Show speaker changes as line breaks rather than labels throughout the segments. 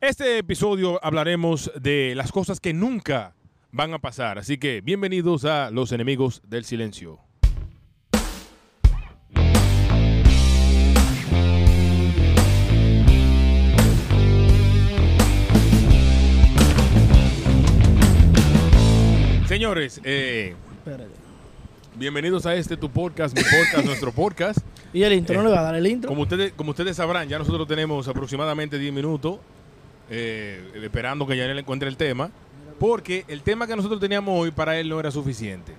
Este episodio hablaremos de las cosas que nunca van a pasar. Así que bienvenidos a Los Enemigos del Silencio. Señores, eh,
Espérate.
bienvenidos a este tu podcast, mi podcast, nuestro podcast.
Y el intro,
Eh,
no le va a dar el intro.
Como ustedes, como ustedes sabrán, ya nosotros tenemos aproximadamente 10 minutos eh, esperando que Yanel encuentre el tema, porque el tema que nosotros teníamos hoy para él no era suficiente.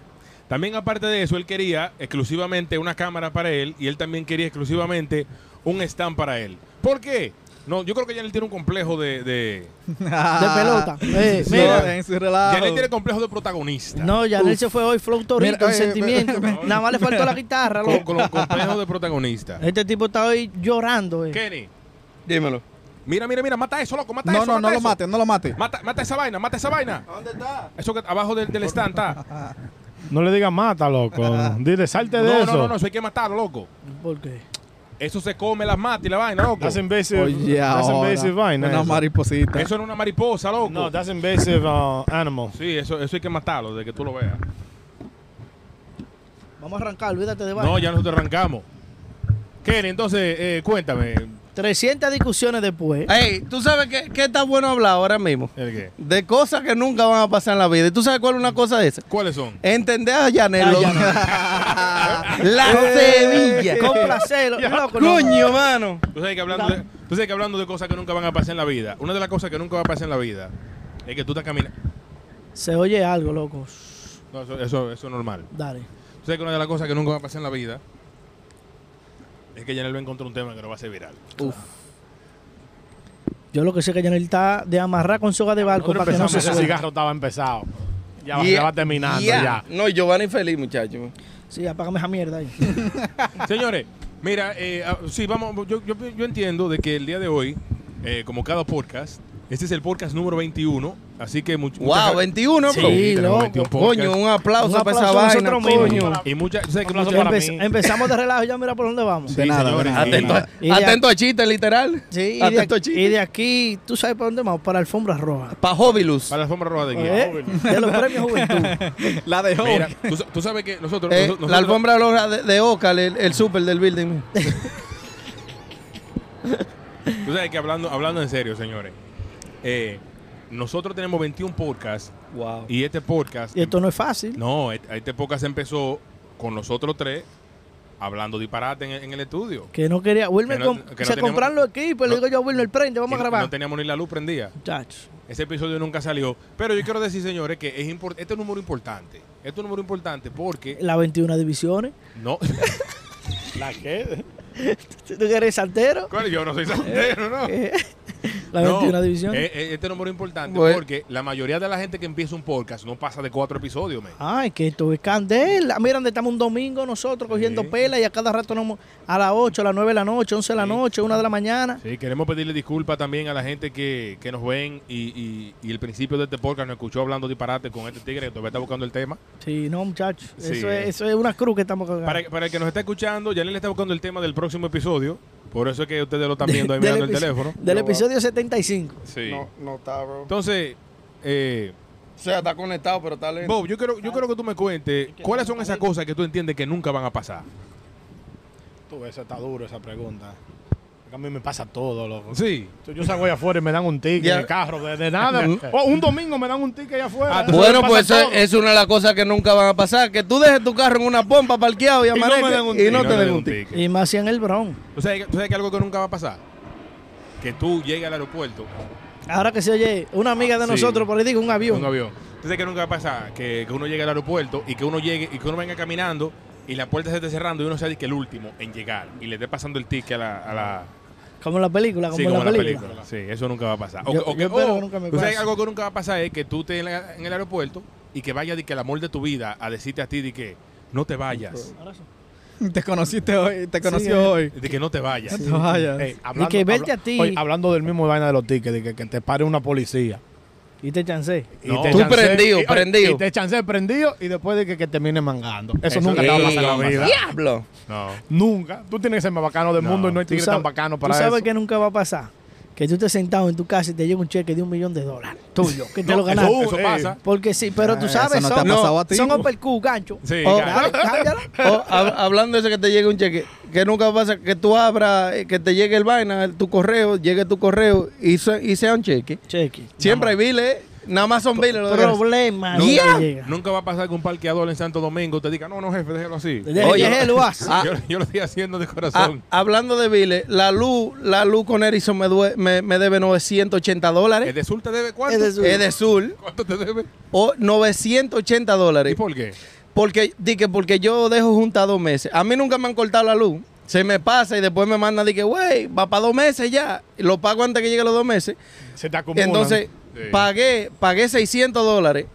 También aparte de eso, él quería exclusivamente una cámara para él y él también quería exclusivamente un stand para él. ¿Por qué? No, yo creo que Yanel tiene un complejo de... de
Ah.
De pelota. Eh,
sí,
mira,
sí.
en su relajo.
Yanel tiene complejo de protagonista.
no, Yanel se fue hoy, Flow Torito,
Mira,
con
eh,
sentimiento.
me-
Nada más le faltó la guitarra,
Con,
loco.
con un complejo de protagonista.
Eh.
Este tipo está hoy llorando. eh.
Kenny,
Dímelo.
mira, mira, mira, mata eso, loco, mata
No,
eso.
no,
mata
no lo
eso.
mates, no lo mates.
Mata, mata esa vaina, mata esa vaina. ¿Dónde está? Eso que abajo del, del stand está.
No le digas mata, loco. Dile, salte de
No,
eso.
no, no, no, eso hay que matarlo, loco.
¿Por qué?
Eso se come las matas y la vaina, loco.
That's
Eso
invasive.
Oye,
that's
ahora.
invasive vaina.
Una
eso.
mariposita.
no es una mariposa, loco.
No, that's invasive uh, animal.
sí, eso, eso hay que matarlo, desde que tú lo veas.
Vamos a arrancar, olvídate de vaina.
No, ya nosotros arrancamos. Kenny, entonces, eh, cuéntame.
300 discusiones después.
Ey, ¿tú sabes qué, qué está bueno hablar ahora mismo?
¿El qué?
De cosas que nunca van a pasar en la vida. ¿Y tú sabes cuál es una cosa de esa?
¿Cuáles son?
Entender a Yanel.
Ah,
loco. la
Eh,
Sevilla.
Con placer, lo- loco. no.
Coño, mano.
Tú sabes, que hablando de, tú sabes que hablando de cosas que nunca van a pasar en la vida, una de las cosas que nunca va a pasar en la vida es que tú estás caminando.
Se oye algo, loco.
No, eso, eso, eso es normal.
Dale.
Tú sabes que una de las cosas que nunca va a pasar en la vida es que Yanel va a encontrar un tema que no va a ser viral.
Yo lo que sé es que Yanel está de amarrar con soga de barco
Nosotros
para que no
empezamos,
se
ese
suelte.
cigarro estaba empezado. Ya, va-
Yeah,
ya va terminando,
yeah.
ya.
No, Giovanni feliz, muchacho.
Sí, apágame esa mierda ahí.
Señores, mira, eh, ah, sí, vamos, yo, yo, yo entiendo de que el día de hoy, eh, como cada podcast, este es el podcast número 21, así que mucho.
Wow, 21,
Sí,
bro.
Sí,
tenemos
loco.
21 podcast.
Coño, un aplauso,
Un
para esa
aplauso a
vaina,
nosotros mismos.
coño.
Y muchas, tú sabes que
Un aplauso
nosotros-
para
Empe-
mí.
Empezamos de relajo, ya mira por dónde vamos.
Sí, señores, sí.
Atento, a-
Y de-
atento a chiste, literal.
Sí, y de,
Atento a
aquí, y
chiste.
de aquí, tú sabes para dónde vamos, para Alfombra Roja.
Pa' Hobilus.
Para la alfombra roja de guía.
¿Eh? De los premios Juventud.
La dejó.
Mira, tú, sa- tú sabes que nosotros.
Eh,
nosotros-
la alfombra roja de, de Oca, el, el super del building.
Tú sabes que hablando, hablando en serio, señores, eh, nosotros tenemos 21 podcasts
Wow.
y este podcast.
Y esto no es fácil.
No, et- este podcast empezó con nosotros tres hablando disparate en, el- en el estudio.
Que no quería. Wilmer
Que no-
comp-
que no
se
teníamos-
compraron los equipos.
no-
le digo yo a Wilmer, prende, vamos
Y
a
no-
grabar.
No teníamos ni la luz prendida.
Muchachos.
Ese episodio nunca salió. Pero yo quiero decir, señores, que es impor- este es un número importante. Este es un número importante porque
Las 21 divisiones.
no.
¿La qué?
¿Tú eres saltero?
Claro, yo no soy santero, ¿no?
Las
No,
21 divisiones.
eh, eh, Este número es importante
Bueno.
porque la mayoría de la gente que empieza un podcast no pasa de cuatro episodios, men.
Ay, que esto es candela. Mira, donde estamos un domingo nosotros cogiendo
Sí.
pelas y a cada rato nos mo- a las 8, a las 9 de la noche, 11 de la
Sí.
noche, 1 de la mañana.
Sí, queremos pedirle disculpas también a la gente que, que nos ven y, y, y el principio de este podcast nos escuchó hablando disparate con este tigre que todavía está buscando el tema.
Sí, no, muchachos.
Sí,
Eso,
eh.
es, eso es una cruz que estamos cagando.
Para, para el que nos está escuchando, ya le está buscando el tema del próximo episodio. Por eso es que ustedes lo están viendo ahí
Del
mirando el
episodio-
teléfono.
Del episodio 75.
Sí.
no está, bro.
Entonces, eh,
O sea, está conectado, pero está lento.
Bob, yo quiero, yo quiero que tú me cuentes cuáles son esas cosas que tú entiendes que nunca van a pasar.
Tú, esa está duro, esa pregunta. Porque A mí me pasa todo, loco.
Sí.
Tú, Yo salgo allá afuera y me dan un ticket
Ya.
de carro, de, de nada. O un domingo me dan un ticket allá afuera.
Ah, tú
Bueno,
Me
pues
pasa
eso
todo.
es una de las cosas que nunca van a pasar. Que tú dejes tu carro en una pompa parqueado y
me
amanezca.
den un
y
ticket.
no
Y
te
no me
den
den
un
un
ticket.
ticket.
Y más en el Bron.
¿Tú sabes, que- tú sabes que algo que nunca va a pasar? Que tú llegues al aeropuerto
Ahora que se oye una amiga de
Sí.
nosotros, por ahí digo un
en
avión.
un avión. ¿Tú sabes que nunca va a pasar? Que, que uno llegue al aeropuerto y que uno llegue y que uno venga caminando y la puerta se esté cerrando y uno sea de que el último en llegar y le esté pasando el ticket a la... A la
Como en la película, como
sí,
en
como
la
en la
película.
película. Sí, eso nunca va a pasar. O,
Yo-
o
yo
que,
espero
o,
que nunca me
tú sabes
pase.
algo que nunca va a pasar es que tú estés en, la- en el aeropuerto y que vaya de que el amor de tu vida a decirte a ti de que no te vayas.
Ahora sí.
Te conociste hoy, te conocí
eh.
hoy.
De que no te vayas.
No te vayas.
Ey, hablando,
que verte a ti.
oye, hablando del mismo vaina de los tickets, de que, que te pare una policía.
Y te chancé.
No.
te
Tú
chancé-
prendido,
y- oye,
prendido.
Y te chancé prendido y después de que, que termine mangando. Eso,
Eso
nunca te va a pasar en la
nunca
vida.
va a
Diablo.
No.
Nunca. Tú tienes que ser más bacano del
No.
mundo y no hay
Tú
tigre
sabes-
tan bacano
tú
para
sabes
eso.
que nunca va a pasar. que tú estés sentado en tu casa y te llega un cheque de un millón de dólares tuyo, que te
No,
lo
eso-
ganaste.
Eso,
eh.
pasa.
Porque sí, pero tú
Ah,
sabes,
eso no te
son,
ha pasado a ti.
son uppercut, gancho.
Sí,
Oh.
claro.
Dale, cámbiala.
O, hab- hablando de eso que te llegue un cheque, que nunca pasa que tú abras, eh, que te llegue el vaina, el- tu correo, llegue tu correo y, se- y sea un cheque.
Cheque.
Siempre hay biles, eh. nada más son biles. los desgraciados.
Problema.
No,
que
ya.
llega.
Nunca va a pasar que un parqueador en Santo Domingo te diga, no, no, jefe, déjelo así.
Deje-
Oye.
déjelo así.
Ah.
Yo, yo lo estoy haciendo de
Ah,
corazón.
hablando de biles, la luz, la luz con Ericsson me, due- me, me debe 980
¿El
dólares.
de Sur te debe cuánto? Eh,
El de Sur.
Es Ah. de Sur,
¿Cuánto te debe?
o 980
¿Y
dólares.
por qué?
Porque, di que porque yo dejo junta dos meses. A mí nunca me han cortado la luz. Se me pasa y después me mandan, di que, güey, va para dos meses ya. Lo pago antes que lleguen los dos meses.
Se te Eh, acumulan.
Entonces,
Sí.
pagué, pagué 600 dólares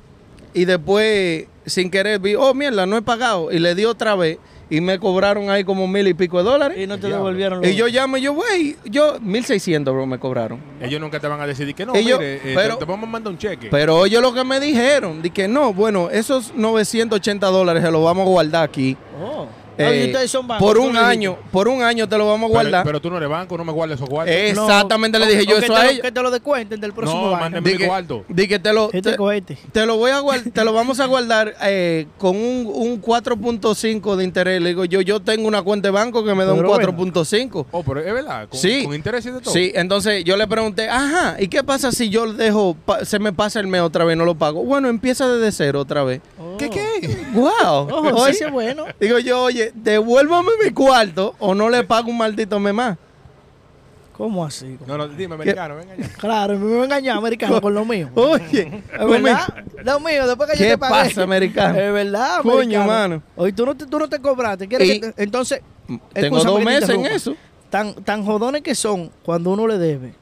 y después, sin querer, vi, oh, mierda, no he pagado. Y le di otra vez y me cobraron ahí como mil y pico de
Y
dólares.
no te
Diablo.
devolvieron
Y yo llamo y yo, güey, yo, 1600, bro, me cobraron.
Ellos nunca te van a decidir que no,
Ellos-
mire, eh, te-
pero-
te vamos a mandar un cheque.
Pero oye lo que me dijeron, di que no, bueno, esos 980 dólares se los vamos a guardar aquí.
Oh.
eh,
Oye, ustedes son bancos,
por
tú
un
le dijiste.
año, por un año te lo vamos a
Pero-
guardar. Eh,
pero tú no eres banco, no me guardes esos cuartos.
No,
Exactamente le
o-
dije
o
yo
que
eso
te
a
lo-
ellos.
Que te lo descuenten del próximo
No,
año.
mándeme
Di
mi
que-
cuarto.
Di que te lo...
Este
te-
cohete.
Te lo voy a guardar, te lo vamos a guardar eh, con un, un 4.5 de interés. Le digo, yo, yo tengo una cuenta de banco que me da un
Pero bueno.
4.5.
Oh, pero es verdad, con,
Sí.
con intereses de todo.
Sí, entonces yo le pregunté, ajá, ¿y qué pasa si yo dejo, pa- se me pasa el mes otra vez, no lo pago? Bueno, empieza desde cero otra vez.
Oh.
qué? ¡Wow!
Ojo,
Oye,
Oh, ese es bueno.
digo yo, oye, devuélvame mi cuarto o no le pago un maldito mes más.
¿Cómo así?
No, no, dime, americano, venga ya.
Claro, me voy a engañar americano con lo mío.
Oye,
Es verdad. Lo mío, después que yo
Oh, ¿Qué
te pagué. Eh,
pasa, americano?
Es verdad,
Coño,
americano.
mano.
Oye, tú no te, tú no te cobraste. ¿Quieres
Y-
que te- entonces,
tengo
Escúchame
dos
que te
meses en
interrumpa.
eso.
tan, tan jodones que son cuando uno le debe,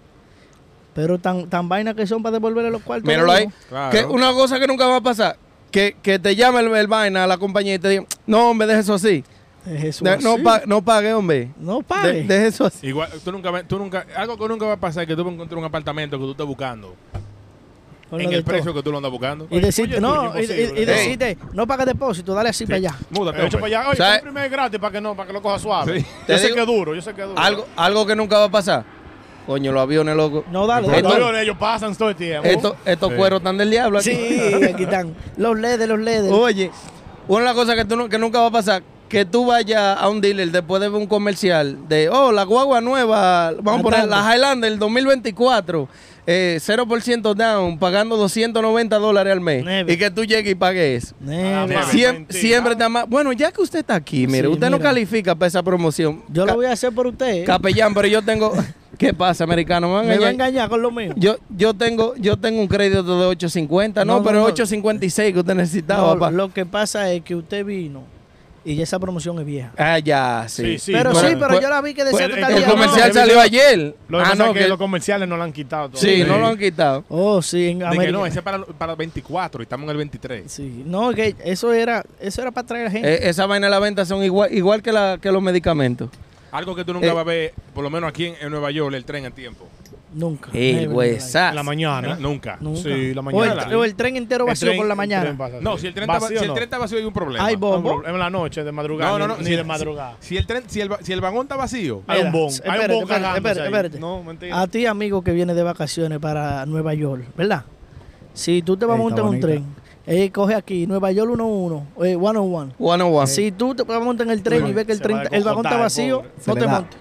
pero tan, tan vainas que son para devolverle los cuartos.
Míralo
a
ahí.
uno.
Claro.
Que una cosa que nunca va a pasar, que, que te llame el, el vaina a la compañía y te diga, no, hombre, deje eso así.
Es eso
De- no,
así.
pa- no pague, hombre.
No
De-
pague.
deje eso así.
Igual, tú nunca, ve- tú nunca, algo que nunca va a pasar es que tú vas a encontrar un apartamento que tú estás buscando
Con lo
en
de
el
todo.
precio que tú lo andas buscando.
Y decirte,
Oye,
no, y,
coño,
y- y
imposible.
decirte, no pague depósito, dale así para allá.
Múdate,
Pero echa
hombre.
para allá. Oye,
¿Sabes?
compre gratis para que no, para que lo coja suave.
Sí.
Te
Yo sé
digo-
que es duro, yo sé que es duro.
Algo, algo que nunca va a pasar. Coño, los aviones, loco.
No, dale,
Los
dale.
Esto-
aviones, ellos pasan todo el tiempo.
Estos, estos
Sí.
cueros están del diablo aquí.
Sí, aquí están. Los LEDs, los LEDs.
Oye, una de las cosas que, tú, nu- que nunca va a pasar, que tú vayas a un dealer después de ver un comercial de, oh, la guagua nueva, vamos a poner
Matando.
la Highlander del 2024, eh, 0% down, pagando 290 dólares al mes.
Neve.
Y que tú llegues y pagues eso.
Nena.
Ah,
Siem- siempre,
Mentira.
está más. Bueno, ya que usted está aquí, mire,
Sí,
usted no
mira.
califica para esa promoción.
Yo lo
Ca-
voy a hacer por usted.
Capellán, pero yo tengo. ¿Qué pasa, americano? ¿Me van
Me
a
va a
engañar?
engañar con lo mío.
Yo, yo tengo, yo tengo un crédito de 850, no,
No,
pero
no, no.
856 que usted necesitaba,
No,
papá.
lo que pasa es que usted vino y ya esa promoción es vieja.
Ah, ya, sí.
Sí, sí.
pero
bueno,
sí, pero
pues-
yo la vi que decía
pues,
que
el
El
Ya,
comercial
no,
salió
no.
ayer.
Lo que
ah,
pasa
no,
es que,
que-
los comerciales no lo han quitado.
sí,
todavía.
no lo han quitado.
Oh, sí, en
Dije,
América.
no, ese es para, para 24 y estamos en el 23.
Sí, no, que eso era, eso era para traer gente.
Eh, esa vaina de la venta son igual, igual que, la, que los medicamentos.
Algo que tú nunca
Eh.
vas a ver, por lo menos aquí en, en Nueva York, el tren a tiempo.
Nunca.
El
never
huesazo.
En la mañana.
Nunca.
in my life. Nunca.
Sí, la
O el-
mañana.
O el, tren entero
El
vacío
tren-
por la
el tren
mañana.
pasa
No,
así.
si el tren, está, va-
¿Vacío
si el
no?
tren está vacío hay un problema.
Ay,
No,
bombo.
pero En la noche, de madrugada.
No, no, no.
Ni,
si-
ni de madrugada.
Si, si el tren, si el, va- si el vagón está vacío,
Hay un
Mira,
bon. Hay un
espérate,
bon
espérate,
cagándose
espérate,
ahí.
espérate.
No,
Ah,
mentira.
A ti, amigo que viene de vacaciones para Nueva York, ¿verdad? Si tú te vas a
Ey,
montar en
está
un
bonita.
tren, eh, coge aquí, Nueva York 1-1, eh, 101.
One on one.
Si tú te vas a montar en el tren y ves que el,
Se va
tren,
a
el vagón está
descojotar,
vacío,
pobre.
Se
no
le
te
da.
montes.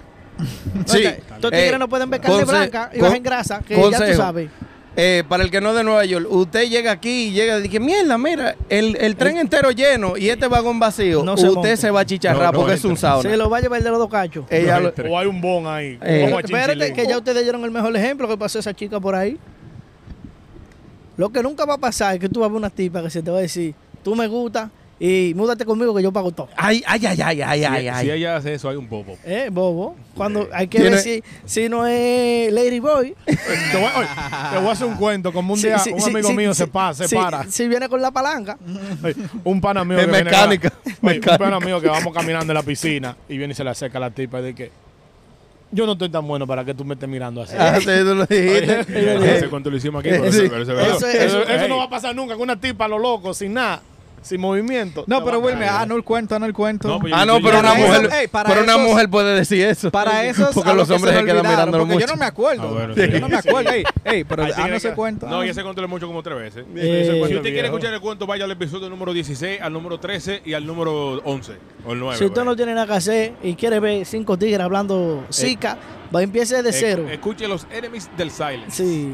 Sí.
Los
Eh,
tigres no pueden ver carne
conse-
blanca y
con-
bajen grasa, que ya tú
consejo.
sabes.
Eh, para el que no es de Nueva York, usted llega aquí y llega y dice, mierda, mira, el, el tren entero lleno y este vagón vacío,
No se
usted
monte.
se va a chicharrar
No, no
porque es
entra.
un sauna.
Se lo va a llevar el de los dos cachos.
Ella
No
lo-
entra.
O hay un bon ahí.
Eh,
Ojo a
Espérate,
Chinchilín.
que ya ustedes dieron el mejor ejemplo que pasó esa chica por ahí. Lo que nunca va a pasar es que tú vas a ver una tipa que se te va a decir, tú me gustas y múdate conmigo que yo pago todo.
Ay, ay, ay, ay, ay, ay,
si,
ay.
si ella hace eso, hay un bobo.
¿Eh, bobo? Cuando hay que
Tiene-
ver si, si no es Lady Boy.
Te voy, oye, te voy a hacer un cuento. Como un
Si-
día
si-
un
si-
amigo
si-
mío
si-
se pasa, se
si-
para.
Si viene con la palanca.
Oye, Un pana mío.
Es
que viene
mecánica,
acá. Oye,
mecánica.
Un pana mío que vamos caminando en la piscina y viene y se le acerca a la tipa y dice que yo no estoy tan bueno para que tú me estés mirando así.
Ah, sí, tú lo dijiste.
No sé cuánto lo hicimos aquí, pero
Sí.
eso, pero eso es verdad.
Eso-
Eso, eso
ey.
no va a pasar nunca con una tipa a lo loco, sin nada. sin movimiento.
No,
la
pero
van a
Wilmer,
caer.
ah, no el cuento, no el cuento.
No, pues yo-
Ah, no, pero una
Para eso-
mujer,
ey, para
pero una
esos-
mujer puede decir eso.
Para eso
Porque los hombres se quedan mirándolo
Porque
mucho.
yo no me acuerdo.
Ah, bueno,
Yo
sí.
no me acuerdo. Ey, ey, pero
Ahí sí
ah,
que
no
le-
se cuenta.
No,
ah.
ya se contó mucho como tres veces.
Ese
Eh,
cuento
ah, Si usted quiere
viejo.
escuchar el cuento, vaya al episodio número 16, al número 13 y al número 11 o el 9.
Si usted no tiene nada que hacer y quiere ver cinco tigres hablando
Eh,
zika, va empiece de cero.
Escuche los enemies del silence.
Sí.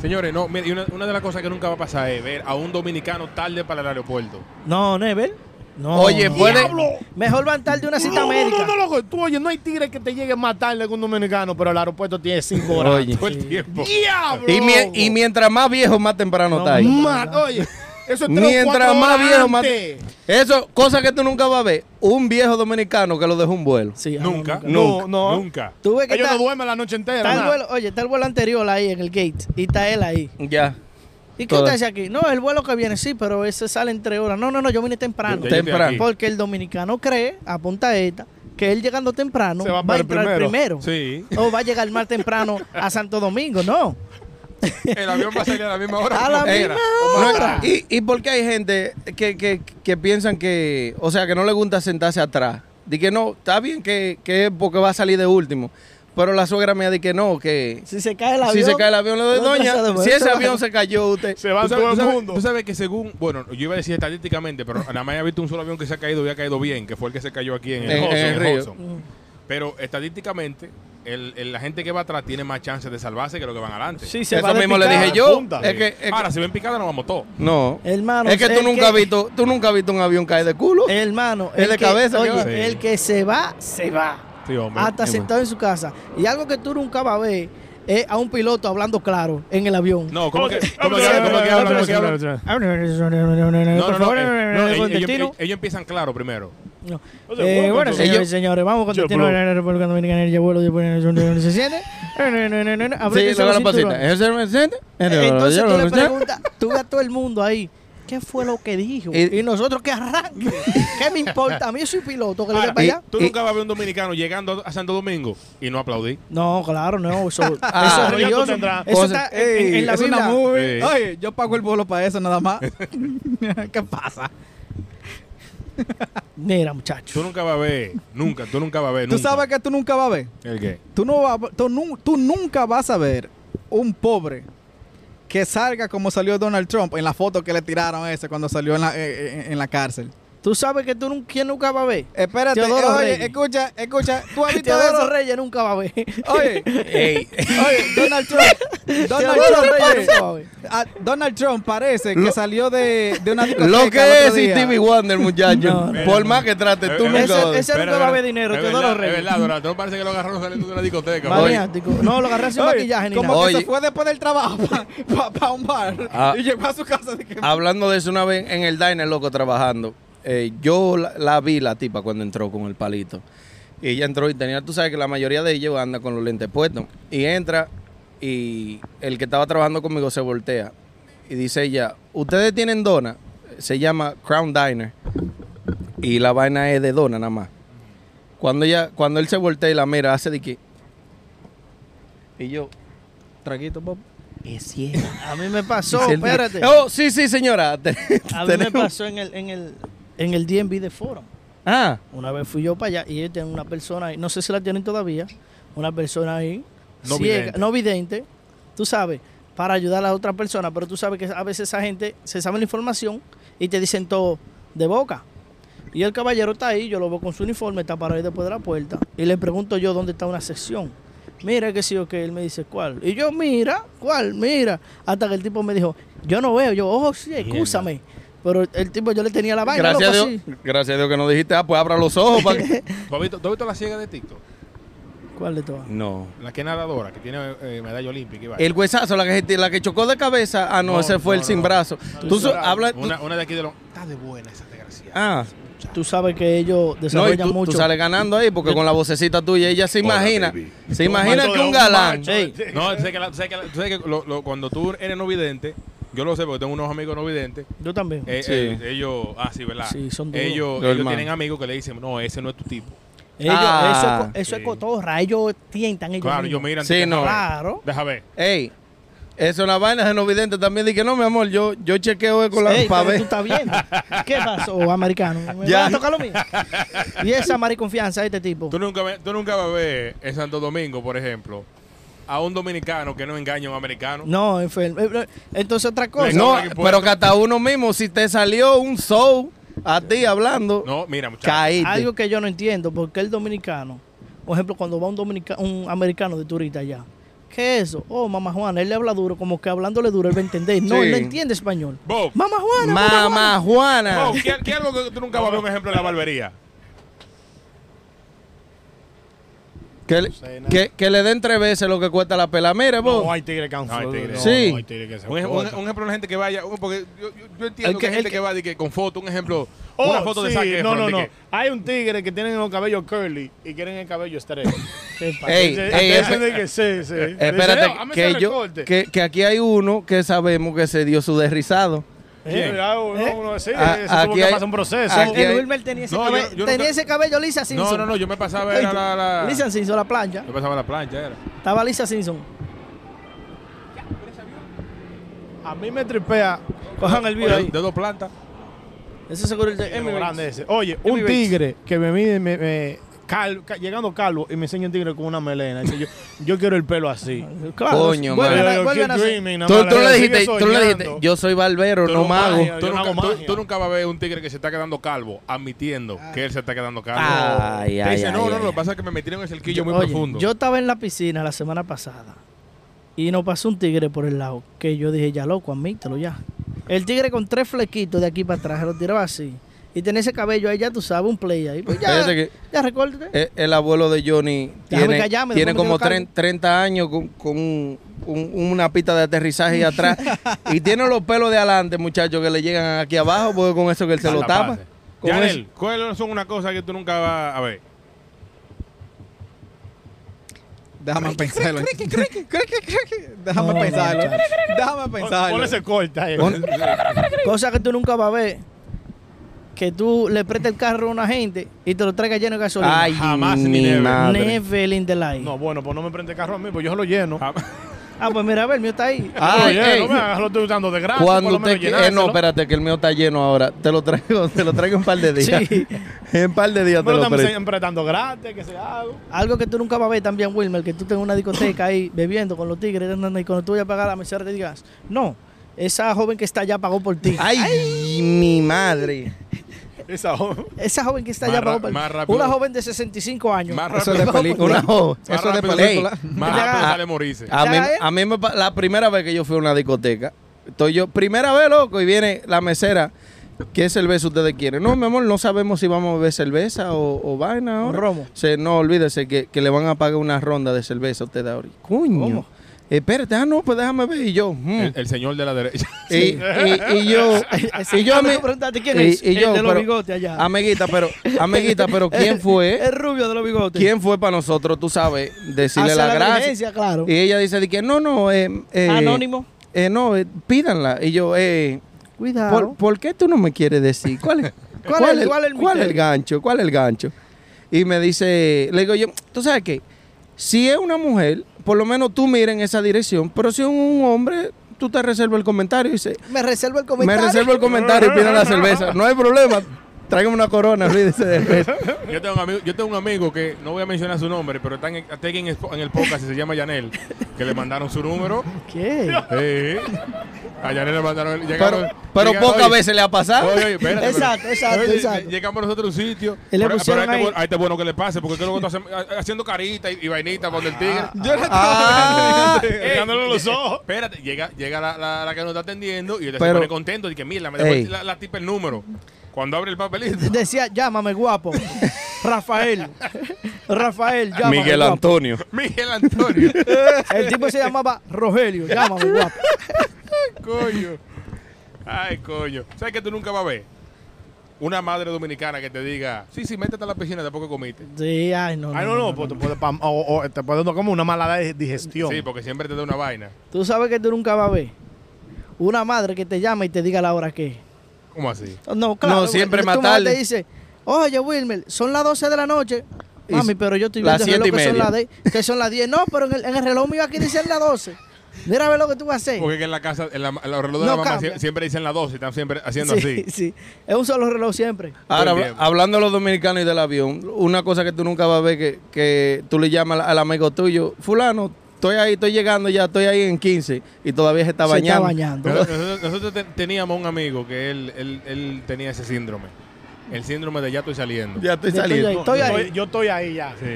Señores, no, mire, y una, una de las cosas que nunca va a pasar es ver a un dominicano tarde para el aeropuerto.
No, Never. No.
Oye,
no.
puede-
¡Diablo!
Mejor van tarde una cita
No, no,
médica.
no, no, loco. Tú, oye, no hay tigre que te llegue más tarde que un dominicano, pero el aeropuerto tiene cinco horas.
Oye.
Todo el tiempo.
¡Diablo!
Y, mie- y mientras más viejo, más temprano está ahí.
Ma- oye, eso es tres o
Mientras
cuatro
más
horas
viejo, más.
antes.
Eso, cosa que tú nunca vas a ver. Un viejo dominicano que lo dejó un vuelo.
Sí, ah,
Nunca.
No, no.
Nunca.
Tuve que
Ellos
estar-
no duermen la noche entera.
está el
nada.
vuelo, oye, está el vuelo anterior ahí en el gate y está él ahí.
Ya.
¿Y qué
Todo.
usted hace aquí? No, el vuelo que viene, sí, pero ese sale en tres horas. No, no, no, yo vine
Ya
temprano.
yo estoy
Temprano.
aquí.
Porque el dominicano cree, apunta esta, que él llegando temprano
Se va
va, a
para el
entrar primero.
Sí.
O va a llegar más temprano a Santo Domingo, no.
El avión va a salir a la misma hora. Eh,
A la
Era.
misma
Eh, No,
hora.
y, y porque hay gente que, que- que piensan que, o sea, que no le gusta sentarse atrás. Di que no, está bien que, que es porque va a salir de último. Pero la suegra mía di que no, que
Si se cae el avión.
si se cae el avión, le doy
no te
doña.
hace de
Si ese
vuelta.
avión se cayó, usted.
Se va
Tú sabes,
todo
tú
el
sabes-
mundo.
tú sabes que según, bueno, yo iba a decir estadísticamente, pero nada más he visto un solo avión que se ha caído y ha caído bien, que fue el que se cayó aquí en, el
En-
Hudson,
en
en
el río.
Hudson. Pero estadísticamente, el- el- la gente que va atrás tiene más chances de salvarse que los que van adelante.
Sí, se va
Eso
de
mismo le
picada.
dije yo.
Punta.
Eh,
Es que, es que-
Ahora, si ven picada, nos vamos todos.
no.
Hermano, Eh,
es que tú
el
nunca has visto, tú nunca has visto un avión caer de culo.
Hermano,
Es de
que-
cabeza que
oye,
va.
Sí.
el que se va, se va.
Sí, hombre.
Hasta
Sí,
sentado en su casa. Y algo que tú nunca vas a ver es a un piloto hablando claro en el avión. Ah,
No, ¿cómo que,
Oye,
cómo que
oye,
hablan? ¿Cómo
oye,
que hablan?
oye,
¿Cómo que
oye,
hablan?
oye, oye.
No,
No,
no,
no, no. eh, no, ellos, ellos- ellos empiezan claro primero.
No.
O sea,
Eh,
bueno,
bueno,
entonces-
señores,
Ellos-
señores, vamos con
Yo,
destino de
bro.
la República Dominicana el Eh, vuelo de se siente.
Sí,
Sí,
luego la pasita. ¿Eso no me siente?
Eh, Entonces
Yo
tú
no
le
me siento.
preguntas, tú ves a todo el mundo ahí. ¿Qué fue lo que dijo?
Y-
Y, nosotros que arranque. ¿Qué me importa? A mí yo soy piloto, que le dé
Ahora,
para allá.
tú
Y-
nunca vas a ver un dominicano llegando a Santo Domingo y no aplaudir.
No, claro, no. Eso,
Ah,
eso
ya
es
tú
religioso. Eh,
tendrás
Eso
cosas.
está en, en- en la
es una
Biblia.
movie.
Sí.
Oye, yo pago el vuelo para eso nada más. ¿Qué pasa?
Mira, muchacho.
Tú nunca vas a ver, nunca, tú nunca vas a ver.
Tú
nunca.
sabes que tú nunca vas a ver.
¿El qué?
Tú, no vas- tú, nu- tú nunca vas a ver un pobre que salga como salió Donald Trump en la foto que le tiraron ese cuando salió en la, eh, eh, en la cárcel.
Tú sabes que tú nun- quién nunca va a ver.
Espérate,
Teodoro
eh, oye,
Reyes.
escucha, escucha, tú has visto
Teodoro
eso.
Reyes nunca va a ver.
Oye,
Ey,
oye, Donald Trump, Donald
Teodoro
Trump,
Reyes
pare-
nunca va a ver.
ah, Donald Trump parece que
Lo-
salió de, de una discoteca.
Lo
el
que
otro
es y
día.
Stevie Wonder, muchacho.
No, no,
Por
no.
más que trates, tú
Eh,
nunca
eh,
Ese-
vas a ver.
ese- nunca va a haber dinero,
Es
Teodoro
verdad,
Reyes.
Es verdad, Donald Trump parece que lo agarraron saliendo de una discoteca.
Maniático. No, lo agarré sin
Oye,
maquillaje ni
como
nada.
que
Oye.
se fue después del trabajo para un bar
Ah.
y llegó a su casa de que
Hablando de eso una vez en el diner, loco, trabajando. eh, yo la, la vi la tipa cuando entró con el palito. Y ella entró y tenía, tú sabes que la mayoría de ellos anda con los lentes puestos. Y entra y el que estaba trabajando conmigo se voltea. Y dice ella, ustedes tienen dona. Se llama Crown Diner. Y la vaina es de dona nada más. Cuando ella, cuando él se voltea y la mira, hace de que. Y yo,
traguito, pop.
A mí me pasó,
Sí, el-
espérate.
Oh, sí, sí, señora. Te-
A mí me
tenemos-
pasó en el, en el, en el DMV de Forum.
Ah,
Una vez fui yo para allá y ellos tienen una persona ahí, no sé si la tienen todavía, una persona ahí,
No
ciega,
vidente.
no vidente, tú sabes, para ayudar a la otra persona, pero tú sabes que a veces esa gente se sabe la información y te dicen todo de boca. Y el caballero está ahí, yo lo veo con su uniforme, está parado ahí después de la puerta, y le pregunto yo dónde está una sección. Mira que sí o que él me dice cuál. Y yo, mira, cuál, mira. Hasta que el tipo me dijo, yo no veo, yo, ojo, sí, escúchame. Pero el tipo yo le tenía la vaina.
gracias a
loco,
Dios. Gracias a Dios que no dijiste, ah, pues abra los ojos. para que-
¿Tú has, visto, tú has visto la ciega de TikTok?
así. ¿Cuál de todas?
no.
La que es nadadora, que tiene eh, medalla olímpica y vaina.
El huesazo, la que, la que chocó de cabeza. Ah, no,
No,
ese fue
no,
el sin
no.
brazo. Tú so- habla. tú-
Una, una de aquí de los... Está de buena esa desgracia.
ah,
Tú sabes que ellos
no, y
desarrollan
tú, tú
mucho.
sales ganando ahí porque con la vocecita tuya ella se
Hola,
imagina.
baby.
se imagina
Tomando
que
de
un
un
galán.
macho.
Ey,
No, tú sabes que, la- tú sabes que, la- tú sabes que lo- lo- cuando tú eres no vidente, yo lo sé porque tengo unos amigos no videntes,
yo también.
eh,
Sí.
eh, ellos... Ah, sí, ¿verdad?
Sí, son duros.
ellos
Los
ellos
hermanos.
tienen amigos que le dicen, no, ese no es tu tipo.
Ellos-
ah,
eso es, co- eso es
sí.
cotorra. Ellos tientan. Ellos
claro,
mismos.
ellos miran.
Sí,
deja
no.
ver,
Claro.
Deja ver.
Ey, Eso es una vaina de no vidente también. Dije, no, mi amor, yo, yo chequeo con la
Ey,
pa'
pero
ver.
tú estás viendo. ¿Qué pasó, americano? ¿Me
Ya.
vas a tocar lo mío? Y esa mariconfianza de este tipo.
Tú nunca, ve- tú nunca vas a ver en Santo Domingo, por ejemplo, a un dominicano que no engaña a un americano.
No, enfermo. Eh, eh, Entonces, otra cosa. eh,
No,
Ahora que puedo.
pero que hasta uno mismo, si te salió un show a ti hablando,
No, mira, muchachos.
caíste.
Algo que yo no entiendo, porque el dominicano, por ejemplo, cuando va un, dominica- un americano de turista allá, ¿qué es eso? Oh, mamá Juana, él le habla duro, como que hablándole duro, él va a entender. No,
Sí.
él no entiende español.
Bob.
Mamá Juana, mamá
Mamá Juana.
Wow, ¿qué, qué algo que tú nunca vas a ver, un ejemplo, en la barbería?
Que, le- que, que le den tres veces lo que cuesta la pela. Mire, vos.
No, hay tigres que han
No, hay tigres.
Sí.
no, hay tigres que se
Un, ej- un-
jodan.
un ejemplo, la gente que vaya, un- porque yo, yo- yo entiendo
El
que,
que-
gente que,
el que-
va de que con foto, un ejemplo,
Oh,
una foto de
sí,
Zac
No,
Efron,
no,
de
no.
que-
Hay un tigre que tienen los cabellos curly y quieren el cabello estrecho.
Ey, ey,
ese
ese-
de que sí, sí. Dice,
Eh, Espérate,
"No, hazme
que
ese
yo
recorte".
que, que aquí hay uno que sabemos que se dio su desrizado.
Eh, mira, uno- uno así,
Ah,
eso tuvo
aquí
que
hay-
pasar un proceso.
Juana.
aquí
El
hay-
Wilmer tenía ese,
No,
cabello,
yo- yo
tenía
nunca-
ese cabello Lisa Simpson.
No, no, no, yo me pasaba era la, la-
Lisa Simpson, la plancha.
Yo pasaba la plancha, era.
Estaba Lisa Simpson.
A mí me tripea
Cojan el video
De,
ahí.
de dos plantas.
Ese seguro es el de
lo
Emirates.
grande ese. Oye,
Emmy
un
Bates.
tigre que me mide, me, me- cal- ca- llegando calvo y me enseña un tigre con una melena. Dice, yo, yo quiero el pelo así.
Claro,
Coño,
vuelven
Yo
a-
digo,
vuelven
"Keep
a hacer-
dreaming", nada
Tú,
más,
tú
yo,
le
"Sigue
dijiste, tú le dijiste,
soñando".
yo soy barbero,
Tú
no
no
mago.
vayas.
Tú
yo no
nunca,
hago
tú-
magia.
tú nunca vas a ver un tigre que se está quedando calvo admitiendo que él se está quedando calvo.
Ay,
Te
ay,
dice,
ay,
no, no,
ay,
no, lo
ay.
que pasa es que me metieron en el cerquillo muy
Oye,
profundo.
Yo estaba en la piscina la semana pasada y nos pasó un tigre por el lado que yo dije, ya loco, admítelo ya. El tigre con tres flequitos de aquí para atrás, se lo tiraba así. Y tenía ese cabello ahí, ya tú sabes, un play ahí. Pues ya,
Fíjate que-
ya recórtate.
Eh, El, abuelo de Johnny
Déjame
tiene,
callarme,
tiene
después me
como
quedo
tren- 30 años con, con un- un- una pista de aterrizaje y atrás. y tiene los pelos de adelante, muchachos, que le llegan aquí abajo, porque con eso que él se
A
lo
la
tapa.
base.
Con
Yanel, ¿cuáles son una cosa que tú nunca vas a ver?
Déjame pensarlo. Déjame
No,
pensarlo.
muchacho.
Déjame
Pon-
pensarlo.
Ponle ese corte ahí.
eso- con-
Cosa que tú nunca vas a ver. Que tú le prestes el carro a una gente y te lo traigas lleno de gasolina.
Ay,
Jamás
mi
ni never.
madre.
Never in the life.
No, bueno, pues no me prende el carro a mí, pues yo se lo lleno.
Ah,
Ah, pues mira, a ver, el mío está ahí.
Yo lo
Ay,
lleno,
Ah, ey,
me agarro, lo estoy usando de gratis.
Cuando
Ah, por lo
usted
menos
quiera. Eh, no,
llenárselo.
espérate, que el mío está lleno ahora. Te lo traigo, te lo traigo en un par de días.
Sí.
En un par de días
Me
te
lo
lo
están
presto.
siempre dando gratis, que se hago.
Algo que tú nunca vas a ver también, Wilmer, que tú tengas una discoteca ahí bebiendo con los tigres y cuando tú vayas a pagar la mesera te digas, no, esa joven que está allá pagó por ti.
Ay, mi madre.
Esa
Esa joven que está
Más
allá
ra-
pagó por
más
ti.
rápido.
Una joven de 65 años.
Más
Eso es de
rápido.
película.
Una jo-
Más
Eso es de
rápido.
película.
Ey. Ah.
Más
Ya.
rápido sale Morice.
A mí,
Ya, ¿eh?
a mí me pa- la primera vez que yo fui a una discoteca, estoy yo, primera vez, loco, y viene la mesera. ¿Qué cerveza ustedes quieren? No, mi amor, no sabemos si vamos a beber cerveza o, o vaina ahora.
romo.
Se, no, olvídese que, que le van a pagar una ronda de cerveza a ustedes ahora. Coño.
¿Cómo?
Espérate, ah, no, pues déjame ver. Y yo, mm.
El, el señor de la derecha.
y, y- y yo, y yo,
Ah, me
ami-
preguntaste quién
y-
es.
y yo,
el de los
pero-
bigotes allá.
amiguita, pero, amiguita, pero ¿quién fue?
El rubio de los bigotes.
¿Quién fue para nosotros, tú sabes, decirle
Hace
la,
la
gracia?
diligencia, claro.
Y ella dice de que no, no, eh, eh,
Anónimo.
eh, no, eh, pídanla. Y yo, eh,
Cuidado.
¿por, por qué tú no me quieres decir? ¿Cuál es,
¿Cuál es- cuál es el
cuál es el
misterio?
gancho? ¿Cuál es el gancho? Y me dice, le digo yo, tú sabes qué, si es una mujer, por lo menos tú mira en esa dirección, pero si es un hombre, tú te reservas el comentario y dice,
me reservo el comentario.
me reservo el comentario y pidan la cerveza. No hay problema, tráigame una corona, olvídese de cerveza.
Yo tengo, un amigo, yo tengo un amigo que no voy a mencionar su nombre, pero está en, está aquí en, el po- en el podcast y se llama Yanel, que le mandaron su número.
¿Qué?
Sí. A Yanel le mandaron. el-
Pero,
Llegaron,
pero
llegaron-
pocas
oye,
veces ¿ah? le ha pasado.
Oye, oye, espérate, pero-
Exacto, exacto, exacto.
Llegamos nosotros a un sitio.
Y le
pero- pero
pusieron
a este
ahí-
bueno- a este bueno que le pase, porque creo que está haciendo- haciendo carita y, y vainita por el tigre.
Yo no estaba
Ah.
pensando en eso.
Pegándole los ojos.
eh, Espérate, llega, llega la, la- la que nos está atendiendo y él se
Pero-
pone contento y que mira, me dejó
Ey.
la, la tipa el número. Cuando abre el papelito.
Decía, llámame guapo. Rafael. Rafael, llámame guapo.
Antonio.
Miguel Antonio.
El tipo se llamaba Rogelio. Llámame guapo.
coño. Ay, coño. ¿Sabes que tú nunca vas a ver? Una madre dominicana que te diga, sí, sí, métete a la piscina después que comiste.
Sí, ay, no.
Ay, no, no, pues te puede, pam- o, o te puede dar como una mala di- digestión.
Sí, porque siempre te da una vaina.
Tú sabes que tú nunca vas a ver una madre que te llama y te diga la hora que es.
¿Cómo así?
No, claro.
No, siempre
tu
más
mamá
tarde.
te dice, oye, Wilmer, son las 12 de la noche.
Y
Mami,
s-
pero yo estoy
las
viendo el reloj
siete y
que son,
media.
las de- que son las 10. No, pero en el, en el reloj mío aquí dicen las 12. Mira a ver lo que tú vas a hacer.
Porque es que en la casa, en, la, en los relojes
No
de la mamá sie-
cambia.
siempre dicen las 12, están siempre haciendo
sí,
así.
sí. Es un solo reloj siempre.
Ahora,
Todo el
habla-
tiempo.
hablando de los dominicanos y del avión, una cosa que tú nunca vas a ver que, que tú le llamas al, al amigo tuyo, fulano, estoy ahí, estoy llegando ya, estoy ahí en 15 y todavía se está
Se está
bañando.
bañando.
Nosotros, nosotros- nosotros te- teníamos un amigo que él, él, él tenía ese síndrome. El síndrome de ya estoy saliendo.
Ya estoy
Ya estoy
saliendo.
ahí. Estoy
yo,
ahí.
Estoy, yo estoy ahí ya.
Sí.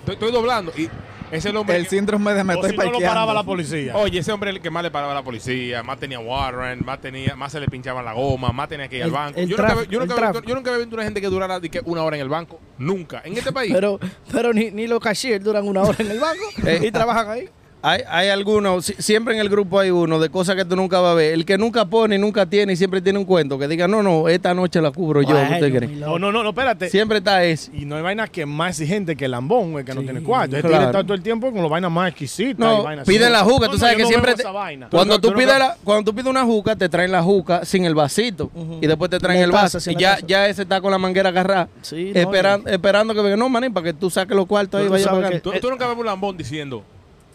Estoy, estoy doblando. Y ese el hombre.
El
que-
síndrome de me
o
estoy
si no lo
parqueando.
paraba la policía.
Oh,
Oye, ese hombre era el que más le paraba a la policía, más tenía warrant, más tenía, más se le pinchaban la goma, más tenía que ir al
El-
banco.
el
yo, nunca, había-
tráfico,
yo, nunca
el
había,
tráfico.
yo nunca había visto una gente que durara di que, una hora en el banco. Nunca. En este país.
Pero, pero ni, ni los cashiers duran una hora en el banco
Eh.
y trabajan ahí.
Hay, hay algunos, si- siempre en el grupo hay uno de cosas que tú nunca vas a ver. El que nunca pone y nunca tiene y siempre tiene un cuento que diga, no, no, esta noche la cubro Pues yo, ¿qué
Bueno,
¿usted cree?
mi
No,
loco.
no, no, no, espérate.
Siempre está ese.
Y no hay vaina que más exigente que el lambón, el que no
Sí,
tiene cuarto. Este
claro.
está todo el tiempo con las vainas más exquisitas. y
No,
vainas
piden
así.
la
No,
juca, tú
no,
sabes
yo
que
no
siempre
bebo
te-
esa vaina.
cuando tú
no-
pides
no-
la, cuando tú pides una juca te traen la juca sin el vasito
Ujú.
y después te traen
La
el
taza,
vaso
sin
y
la
ya
taza.
ya ese está con la manguera agarrada
Sí, no,
esperan- esperando que venga no manín para que tú saques los cuartos ahí
Tú
vaya
sabes
para acá.
tú, tú nunca ves un lambón diciendo,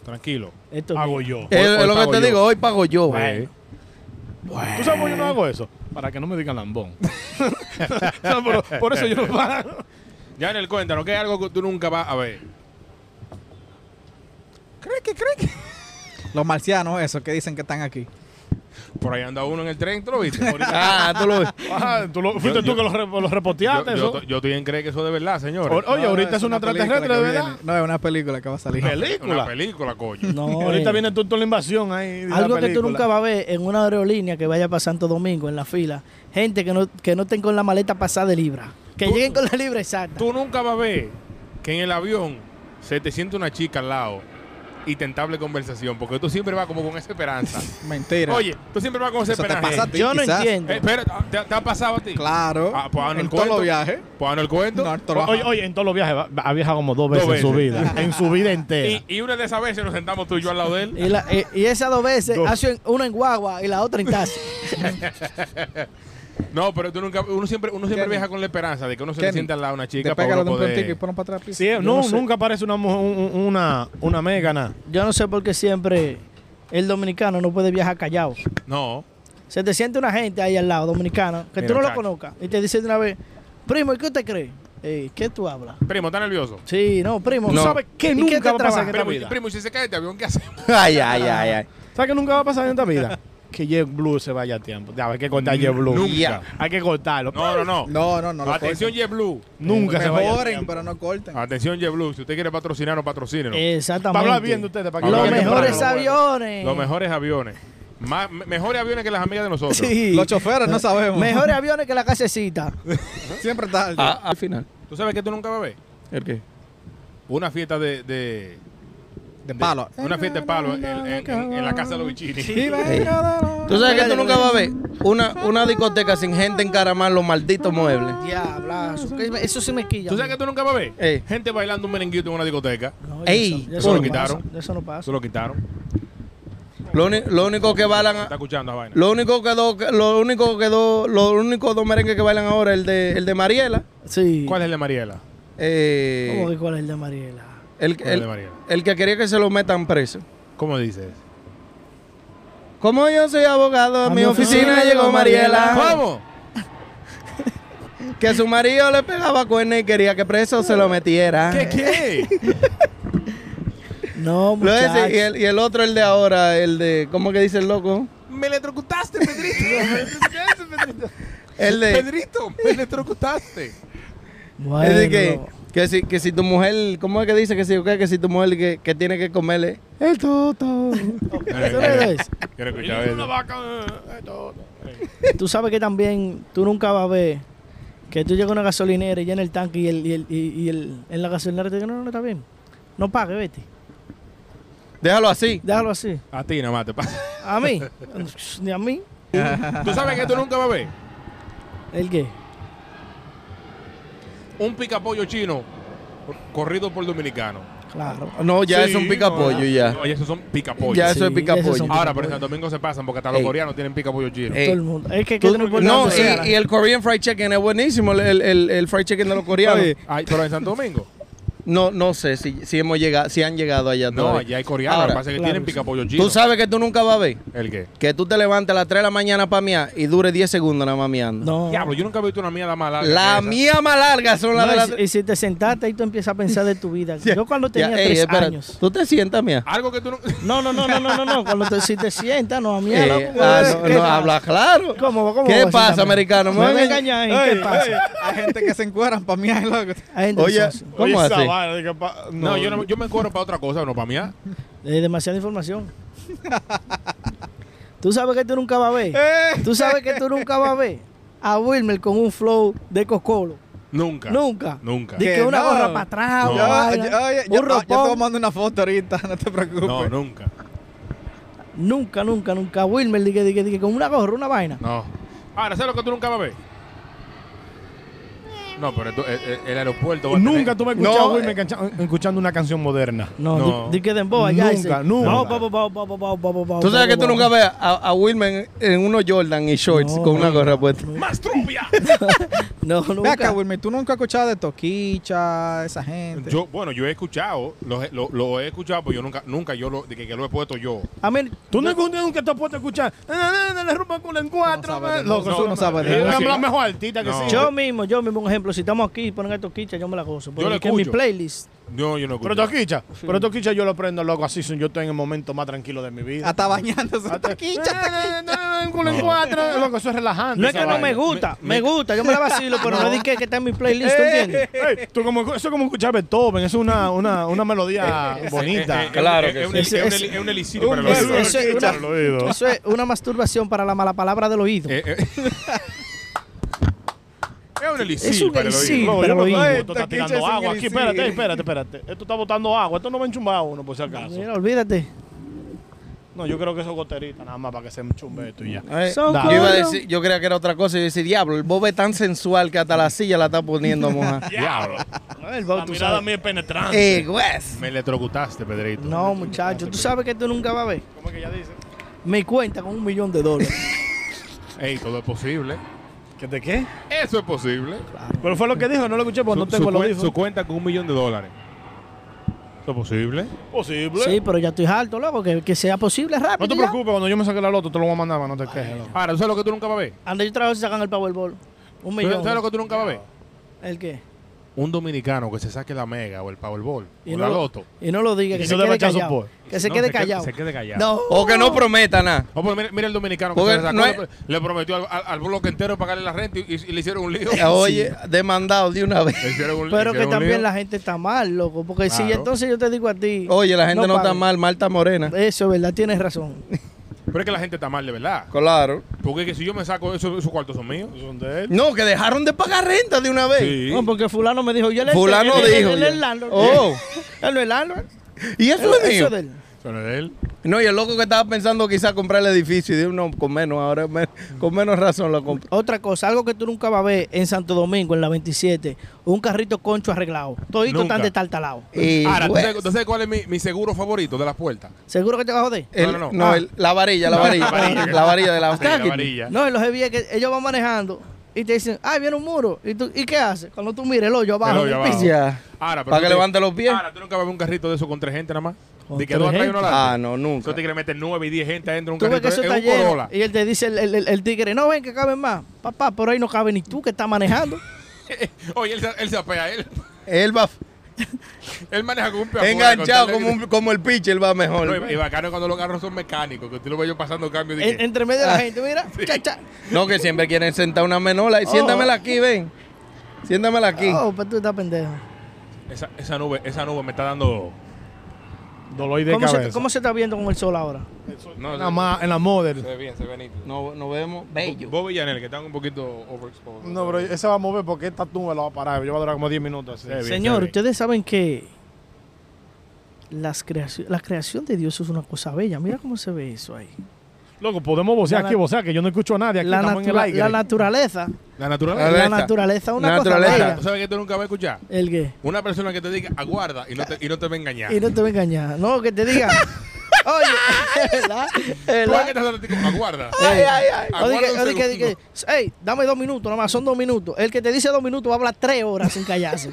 tranquilo.
Esto es
Hago
mío.
yo.
Eh,
Es
Hoy-
es
hoy
lo que
pago
te
yo.
digo hoy pago yo
Eh,
¿Tú sabes por qué yo no hago eso? Para que no me digan lambón. No, pero por eso yo no paro.
Ya en el cuéntanos, que es algo que tú nunca vas a ver.
Los marcianos, esos que dicen que están aquí.
Por ahí anda uno en el tren, ¿tú lo viste? Ahorita.
ah tú lo ves
Ah, tú lo- fuiste
Yo-
tú que lo, re- lo
yo,
reposteaste.
yo,
eso.
to- yo estoy en creer que eso es de verdad, señor.
O- Oye,
No,
ahorita
no,
es una
película
extraterrestre,
que
de
viene.
verdad.
No, es una película que va a salir.
Una
Película.
película, coño.
No,
Ahorita
eh.
viene tú toda la invasión ahí. la
Algo que tú
película.
nunca vas a ver en una aerolínea que vaya para Santo Domingo en la fila. Gente que no, que no estén con la maleta pasada de libra. Que
Tú-
lleguen con la libra exacta.
Tú nunca vas a ver que en el avión se te siente una chica al lado y tentable conversación, porque tú siempre vas como con esa esperanza.
Mentira.
Oye, tú siempre vas con esa
Eso te
esperanza.
pasa a ti,
Yo no
quizás.
entiendo.
Eh, espera, ¿te, te ha pasado a ti?
Claro.
Ah, pues, ah, no, el
en todos
cuento.
los viajes.
Pues haznos el cuento.
No, en todos los-
Oye, oye, en todos los viajes va- va- ha viajado como dos veces, en su
veces.
vida. en su vida entera.
y, y una de esas veces nos sentamos tú y yo al lado de él.
Y, la- eh, y esas dos veces,
Dos.
hace una en guagua y la otra en taxi.
No, pero tú nunca, uno siempre, uno siempre
Kenny.
viaja con la esperanza de que uno se le
Kenny,
sienta al lado a una
Te
chica para
pégalo
uno
de un
poder.
puntico y ponlo para atrás. please.
Sí,
Yo
no,
no sé.
nunca aparece una, mujer- un- un- una, una mégana.
Yo no sé por qué siempre el dominicano no puede viajar callado.
No.
Se te siente una gente ahí al lado, dominicana, que
Mira,
tú no lo
cacho.
conozcas. Y te dice de una vez, primo, ¿y qué usted cree? Ey, ¿Qué tú hablas?
Primo, ¿estás nervioso?
Sí, no, primo.
No.
¿tú
¿Y
¿Y
qué te
te
trabaja?
trabaja?
esta
Primo, y-
vida.
primo, ¿y si se cae este avión, ¿qué hacemos?
ay ay ay ay
¿Sabes que nunca va a pasar en esta vida? que JetBlue se vaya a tiempo. Ya, hay que cortar JetBlue.
Nunca.
Ya.
Hay que cortarlo.
No, no, no.
No, no, no. lo
Atención, JetBlue.
Nunca
corten.
se vaya a
Mejoren,
tiempo.
pero no corten.
Atención, JetBlue. Si usted quiere patrocinarnos, patrocínenos.
Exactamente.
Para hablar bien de ustedes. Para que
Los
Hablar bien
mejores
temprano,
aviones.
Los mejores aviones. Más, me- mejores aviones que las amigas de nosotros.
Sí.
Los choferes no sabemos.
Mejores aviones que la casecita.
Siempre tarde.
Ah, al final
¿Tú sabes que tú nunca vas a ver?
el qué
Una fiesta de... de
de palo.
Una fiesta de palo en, en- en- en la casa de los bichini.
tú sabes que tú nunca vas a ver una una discoteca sin gente encaramar los malditos muebles
Diablazo. que Eso sí me quilla.
¿Tú sabes que tú nunca vas a ver?
Ey.
Gente bailando un merenguito en una discoteca.
No,
Ey,
ya
coño.
no pasa,
quitaron.
ya Eso no
Eso
pasa.
lo quitaron.
lo, uni- lo único que balan a-
Está escuchando la vaina.
Lo único que do, lo único que do, lo único dos merengues que bailan ahora es el de el de Mariela.
Sí.
¿Cuál es el de Mariela?
eh,
¿Cómo que cuál es el de Mariela?
el,
¿Cuál es el de
el,
Mariela?
el que quería que se lo metan preso.
¿Cómo dices?
Como yo soy abogado, a mi oficina llegó Mariela.
¿Cómo?
Que a su marido le pegaba cuernos y quería que preso se lo metiera.
¿Qué qué?
No,
Lo ese, y,
muchachos.
el, y el otro, el de ahora, el de. ¿Cómo que dice el loco?
Me electrocutaste, Pedrito. Me electrocutaste, Pedrito.
El de.
Pedrito, me electrocutaste.
Bueno.
El de que, que, si, que si tu mujer. ¿Cómo es que dice que si, que si tu mujer que, que tiene que comerle? El toto.
¿Tú no eres?
Quiero escuchar eso.
Tú sabes que también tú nunca vas a ver que tú llegas a una gasolinera y llena el tanque y el, y el, y, y el en la gasolinera te dice, no, no, no está bien. No pague, vete.
Déjalo así.
Déjalo así.
A ti nada más te pasa.
A mí, ni a mí.
¿Tú sabes que tú nunca vas a ver?
¿El qué?
Un picapollo chino corrido por dominicano.
Claro.
No, ya
Sí,
es un picapollo
no,
ya.
Oye, esos son picapollos.
Ya eso es
Sí,
picapollo.
esos son-
Ahora, pero en Santo Domingo se pasan porque hasta los
Ey.
coreanos tienen picapollo chino.
Ey,
Todo el mundo. Es que, que
Eh, tú-
no importa
no,
dónde sea.
y, y el Korean Fried Chicken es buenísimo, el, el, el- el fried chicken de los coreanos.
Oye,
Ay, pero en Santo Domingo.
No, no sé si, si hemos llegado, si han llegado allá
No,
todavía.
allá hay coreanos. lo
Ahora,
que pasa es que
claro,
tienen
sí.
picapollo chino.
Tú sabes que tú nunca vas a ver.
¿El qué?
Que tú te levantes a las 3 de la mañana para miar y dure 10 segundos nada más miando.
No.
Diablo, yo nunca he visto una mierda más larga.
La
que esa.
mía más larga son las
No, y
de las
si- y,
tres-
si te sentaste ahí tú empiezas a pensar de tu vida.
Ya,
Yo cuando
ya,
tenía
ey,
tres
espera,
años.
¿Tú te sientas, mía?
Algo que tú no.
No, no, no, no, no, no, no. Cuando te, si te sientas, no, pues, a mí.
Eh, ah, no, no,
pasa?
habla claro.
¿Cómo, cómo
¿Qué
vas a
pasa,
sentarme?
americano?
Me
Me
van a
enga-
engañar, ¿eh? ¿qué pasa?
Hay gente que se encueran para mí. es loco.
Hay gente que
Oye,
son así.
¿cómo
Oye, esa
así?
vaina de que pa-
No, yo, no- yo me corro para otra cosa, no para mí. ah.
Eh, demasiada información. tú sabes que tú nunca vas a ver. Tú sabes que tú nunca vas a ver a Wilmer con un flow de Cocolo.
Nunca.
Nunca.
Nunca.
De que,
Que
una
no.
gorra para
No.
atrás.
Yo,
una
yo-
vaina,
yo-
un
yo te voy a
ropón.
mandar una foto ahorita, no te preocupes.
pues.
No, nunca.
Nunca, nunca, nunca. Wilmer, dije, dije, dije, con una gorra, una vaina.
No. Ahora, ¿sabes lo que tú nunca vas a ver? No, pero tú- el, el- el aeropuerto. Va a
Nunca
tener-
tú me has escuchado
No,
a Wilmer cancha- escuchando una canción moderna.
No,
No.
di- di que Dembow allá.
Nunca,
ese.
nunca.
No, vamos, vamos, vamos, vamos, vamos, vamos.
Tú sabes que tú
vamos,
nunca ves a, a Wilmer en, en unos Jordan y shorts
No,
con una gorra puesta.
¡Mastrubia!
vamos. No,
Ve acá,
nunca.
Wilmer, tú nunca has escuchado de Toquicha, esa gente.
Yo, bueno, yo he escuchado, lo, lo- lo he escuchado, pero yo nunca, nunca yo lo, de que, que lo he puesto yo.
A mí,
Tú no nunca, nunca te has puesto a escuchar. "Na, na, na, na, La rumba con la en cuatro.
No sabe
ma-".
de-
Loco,
no,
eso
no sabe de-
Es una
Sí.
la mejor artista que
No.
sí.
yo mismo, yo mismo, un ejemplo, si estamos aquí y ponen estos quiches, yo me la gozo. Porque
la
es que en mi
escucho.
playlist.
No, yo no he
Pero
escuchado.
Toquicha, pero Toquicha yo lo prendo loco así, son- yo estoy en el momento más tranquilo de mi vida.
Hasta bañándose. Toquicha,
Na, na, na, na, con la en
No.
cuatro, loco, eso es relajante.
No es que
esa
no me
vaina.
gusta, me, gusta, yo me la vacilo, pero no, di que, que está en mi playlist, ¿tú entiendes?
Ey, tú como, eso es como escuchar Beethoven, eso es una, una, una melodía bonita.
Eh, eh,
Claro
eh,
que
es, un-
sí.
es un-
Ese-
es un elicidio para
un-
el oído.
ese- ese-
Toquicha,
una-
lo digo.
Eso es una masturbación para la mala palabra del oído.
Eh, eh. Es un elixir
Es un
para el oído.
elixir.
Loco,
pero
yo me
lo
acuerdo,
hizo.
esto está
Toquicha
tirando
es un
agua aquí.
elixir.
Espérate, espérate, espérate. Esto está botando agua. Esto no va a enchumbar a uno, por si acaso.
Mira, olvídate.
No, yo creo que eso es goterita, nada más para que se enchumbe esto y ya.
Eh,
Son
yo, iba a
coño.
decir, yo creía que era otra cosa y yo decía, diablo, el bobe es tan sensual que hasta la silla la está poniendo a mojar.
Diablo.
El Bob,
La
tú
mirada
sabes.
mía es penetrante.
eh, güey.
Me electrocutaste, Pedrito.
No, muchacho, tú sabes que tú nunca vas a ver.
¿Cómo que ella dice?
Me cuenta con un millón de dólares.
Ey, todo es posible.
¿Que te qué?
Eso es posible.
Pero fue lo que dijo, no lo escuché porque no
Su-
tengo
su,
lo
cuen-
dijo.
su cuenta con un millón de dólares. ¿Eso es posible?
Posible.
sí, pero ya estoy harto, loco, que, que sea posible rápido.
No te
ya.
preocupes, cuando yo me saque la loto te lo voy a mandar, no te quejes. loco.
Ahora, ¿tú sabes lo que tú nunca vas a ver?
Ando yo trabajo y sacan el Powerball. Un
¿Tú
millón.
sabes lo que tú nunca vas a ver?
¿El qué?
Un dominicano que se saque la mega o el Powerball
Y
o
no
la
lo-
loto.
Y no lo diga,
Y
que se
no te
quede
rechazo
callado.
por.
Que se
No,
quede
que-
callado.
Se quede callado.
No.
O que no prometa nada.
Oh, pero mira, mira el dominicano que
Porque
se sacó,
no
le-
es-
le prometió al, al- al bloque entero pagarle la renta y, y- y le hicieron un lío.
Eh, Oye, demandado de una vez.
Le hicieron un- le
Pero que
hicieron un
también
lío.
la gente está mal, loco. Porque si
Claro.
entonces yo te digo a ti.
Oye, la gente no, está
pagues.
mal, Marta Morena.
Eso es verdad, tienes razón.
Pero es que la gente está mal, de verdad.
Claro.
Porque que si yo me saco eso, esos cuartos son míos.
Son de él.
No, que dejaron de pagar renta de una vez.
Sí.
No, porque fulano me dijo, yo le
Fulano
él- él-
dijo.
él
ya.
es landlord.
oh,
Él no es landlord.
y eso es mío.
de él.
Son de él.
No, y el loco que estaba pensando quizás comprar el edificio y dijo, no, con menos, ahora me- con menos razón lo compré.
Otra cosa, algo que tú nunca vas a ver en Santo Domingo, en la 27, un carrito concho arreglado. Todito
Nunca.
están destartalados.
Eh,
Ahora, ¿tú
güey.
sabes, tú sabes cuál es mi, mi seguro favorito de las puertas?
¿Seguro que te vas a joder?
El-
no, no, no.
no,
Ah.
el- la varilla, la varilla. la varilla de la,
Sí, la varilla.
No, en los heavy es que ellos van manejando y te dicen, ay, viene un muro. ¿Y, tú, ¿y qué haces? Cuando tú mires el hoyo abajo.
El hoyo
en
abajo.
piso.
Ya.
Ahora, pero
Para que
tú te-
levante los pies.
Ahora, tú nunca vas a ver un carrito de eso con tres gente nada más.
Con
De que
tres
dos atrás y uno
gente.
adelante.
Ah, no, nunca.
Eso te quiere meter nueve y diez gente adentro de
Tú
un
ves que
carrito.
eso
Es
está
un
lleno.
Corolla.
Y él te dice, el, el, el- el tigre, no ven que caben más. Papá, por ahí no cabe ni tú que estás manejando.
Oye, él, se- él se apea. Él,
Él va
él maneja como un peón.
enganchado como, un- como el pitcher, va mejor.
No, y, y bacano cuando los carros son mecánicos, que tú lo ves yo pasando cambio. de
En-
que-
entre medio de la gente, mira. cha, cha.
No, que siempre quieren sentar una menola. Y Siéntamela aquí, ven. Siéntamela aquí.
Oh, pero tú estás pendejo.
Esa, esa, nube, esa nube me está dando.
Dolor de
¿Cómo
cabeza.
se, ¿Cómo se está viendo con el sol ahora?
No,
En la, ma- en la model.
ve bien, se ve nítido.
No, nos vemos.
Bob y Janel, que están un poquito overexposed.
No, pero esa va a mover porque esta tumba la va a parar. Yo va a durar como 10 minutos. así.
Sí. bien,
Señor,
está bien.
ustedes saben que las creaci- la creación de Dios es una cosa bella. Mira cómo se ve eso ahí.
Loco, podemos vocear
La
aquí,
nat-
vocear, que yo no escucho a nadie. Aquí
La,
estamos en el
natura-
aire.
la naturaleza.
La
A
naturaleza.
ver.
La
Naturaleza.
naturaleza es una
Naturaleza.
¿Tú
cosa bella.
sabes que tú nunca vas a escuchar?
¿El qué?
Una persona que te diga aguarda y no te, y no te va a engañar.
Y no te voy a engañar. No, que te diga. Oye, es ¿verdad? Es
Tú ves que
¿verdad?
estás hablando tipo, aguarda.
Ey. O di
Aguarda
que-
un
o di que- di
segundo.
que, "Ey, dame dos minutos, nada más, son dos minutos. El que te dice dos minutos va a hablar tres horas sin callarse.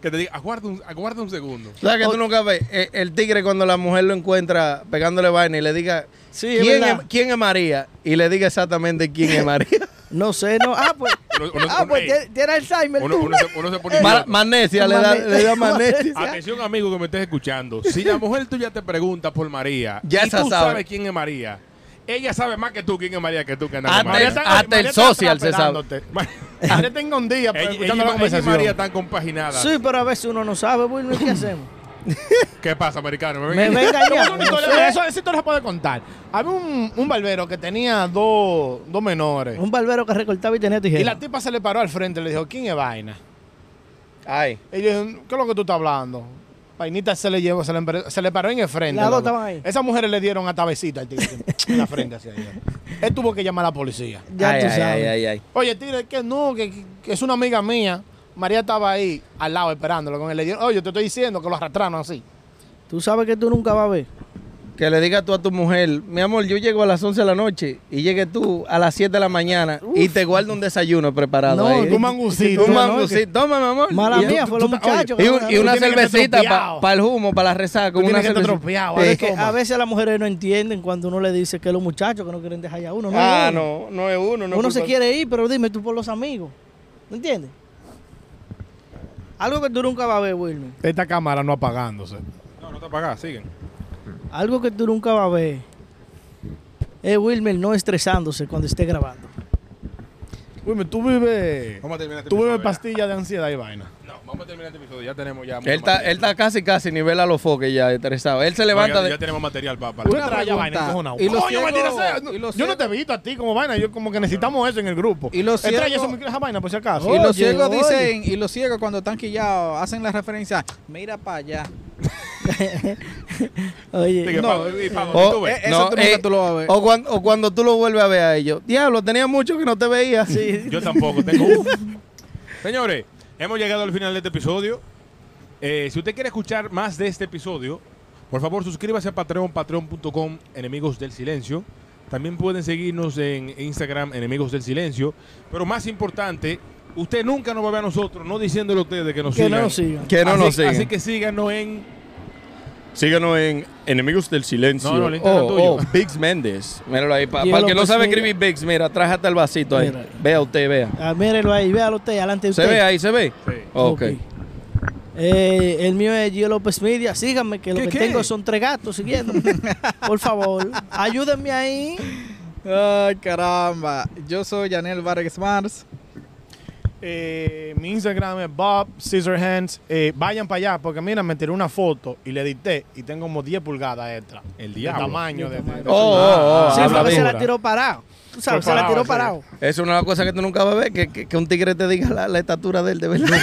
que te diga, aguarda un, aguarda un segundo.
¿Sabes que
O-
tú nunca ves eh, el tigre cuando la mujer lo encuentra pegándole vaina y le diga
Sí, es
¿quién, es,
verdad.
quién es María? Y le diga exactamente quién es María.
No sé, no. Ah, pues.
Uno- uno-
ah, pues
ey,
tiene- tiene Alzheimer.
uno-
tú.
uno se- uno se pone
Ma-
idiota.
magnesia, le da, le da magnesia.
Atención, amigo que me estés escuchando. Si la mujer tuya te pregunta por María,
Ya
y
esa
tú
sabe.
sabes quién es María, ella sabe más que tú quién es María que tú que andas
Hasta
con María.
el- hasta el social se sabe.
María tengo un día
Ella, ella y Ma- ella
escuchando la
y
conversación.
María están compaginadas.
Sí, pero a veces uno no sabe, bueno, ¿y ¿qué hacemos?
¿Qué pasa, americano?
Me me
Yo
engañaron.
conozco una
no
historia,
sé.
eso, eso tú la puedes contar. Había un, un barbero que tenía dos, dos menores.
Un barbero que recortaba y tenía tijera.
Y la tipa se le paró al frente y le dijo, ¿quién es vaina?
Ay.
Y le dijo, ¿qué es lo que tú estás hablando? Vainita se le llevó, se le, empre- se le paró en el frente.
Las dos
loco.
estaban ahí.
Esas mujeres le dieron hasta besita al tigre en la frente hacia allá. Él tuvo que llamar a la policía.
Ya
ay,
tú
ay,
sabes.
ay, ay, ay.
Oye, tigre, que no, que, que es una amiga mía. María estaba ahí al lado esperándolo con él. Le dijeron, oye, te estoy diciendo que lo arrastraron así.
Tú sabes que tú nunca vas a ver.
Que le digas tú a tu mujer, mi amor, yo llego a las 11 de la noche y llegues tú a las 7 de la mañana y te guardo un desayuno preparado
No,
ahí.
tú
Un mangucito.
Un
no,
mangucito. Toma, mi amor.
Mala
Y-
mía,
tú-
fue los
tú-
muchachos.
Y,
que
un-
van a-
y una
Tú tienes que estar
cervecita para
tropeado.
el humo, para la resaca. Con
Tú
una
tienes que estar
cervecita.
tropeado,
Sí.
¿eh?
Es que
toma.
a veces las mujeres no entienden cuando uno le dice que los muchachos que no quieren dejar ya a uno. No,
Ah,
uno.
no, no es uno. No es
uno se
culpa-
quiere ir, pero dime tú por los amigos. ¿No entiendes? Algo que tú nunca vas a ver, Wilmer.
Esta cámara no apagándose.
No, no te apagas, siguen.
Algo que tú nunca vas a ver es Wilmer no estresándose cuando esté grabando.
Wilmer, tú vives.
Vamos a terminar este
Tú
episodio,
vives
ya.
pastillas de ansiedad y vaina.
No, vamos a terminar este episodio. Ya tenemos ya. mucho
Él está,
material.
él está casi, casi nivel a los foques ya, estresado. Él se
No,
levanta
ya,
de...
ya tenemos material para.
Una
Tú traes ya
pregunta.
vaina, encojonado.
¿Y los
Coño,
ciegos-
maldita sea, no-
y los
yo no te he
ciegos?
visto a ti como vaina. Yo como que necesitamos eso en el grupo.
¿Y los
Él trae
ciegos?
eso, mi- esa vaina, por si acaso.
Y los
Oye,
ciegos
oye.
dicen, y los ciegos cuando están quillados hacen la referencia, mira para allá.
Oye,
Sigue,
no,
Pablo, y Pablo,
Oh,
tú ves.
eh, eso tú nunca tú lo vas a ver.
O, cuan- o cuando tú lo vuelves a ver a ellos. Diablo, tenía mucho que no te veía.
sí.
Yo tampoco tengo. Señores, hemos llegado al final de este episodio. Eh, si usted quiere escuchar más de este episodio, por favor suscríbase a Patreon, patreon.com, enemigos del silencio. También pueden seguirnos en Instagram, enemigos del silencio. Pero más importante, usted nunca nos va a ver a nosotros, no diciéndole a ustedes que nos
que
sigan.
no sigan.
Que no
así,
nos sigan.
Así que síganos en...
Síganos en Enemigos del Silencio.
No, no, el Instagram tuyo.
oh, Biggs Méndez. Míralo ahí. Para
Y el
el que no
otro
sabe
sí.
escribir Biggs, mira, traje hasta el vasito ahí.
Mira.
Vea usted, vea.
Ah, mírenlo ahí, véalo usted, adelante de usted.
¿Se ve ahí? ¿Se ve?
Sí.
Ok.
Eh, el mío es Gio López Media. Síganme, que lo
¿Qué,
que
qué?
tengo son tres gatos siguiendo. Por favor, ayúdenme ahí.
Ay, caramba. Yo soy Yanel Vargas Mars.
Eh, mi Instagram es Bob Scissorhands. Eh, vayan para allá, porque mira, me tiré una foto y le edité y tengo como 10 pulgadas extra.
El
De
diablo.
tamaño. De, de-
Oh, oh, oh,
Sí,
habla
porque se la
dura.
tiró parado. Tú sabes,
Fue
se la tiró
parado,
parado.
Es una cosa que tú nunca vas a ver, que, que- que un tigre te diga la, la estatura de él, de verdad.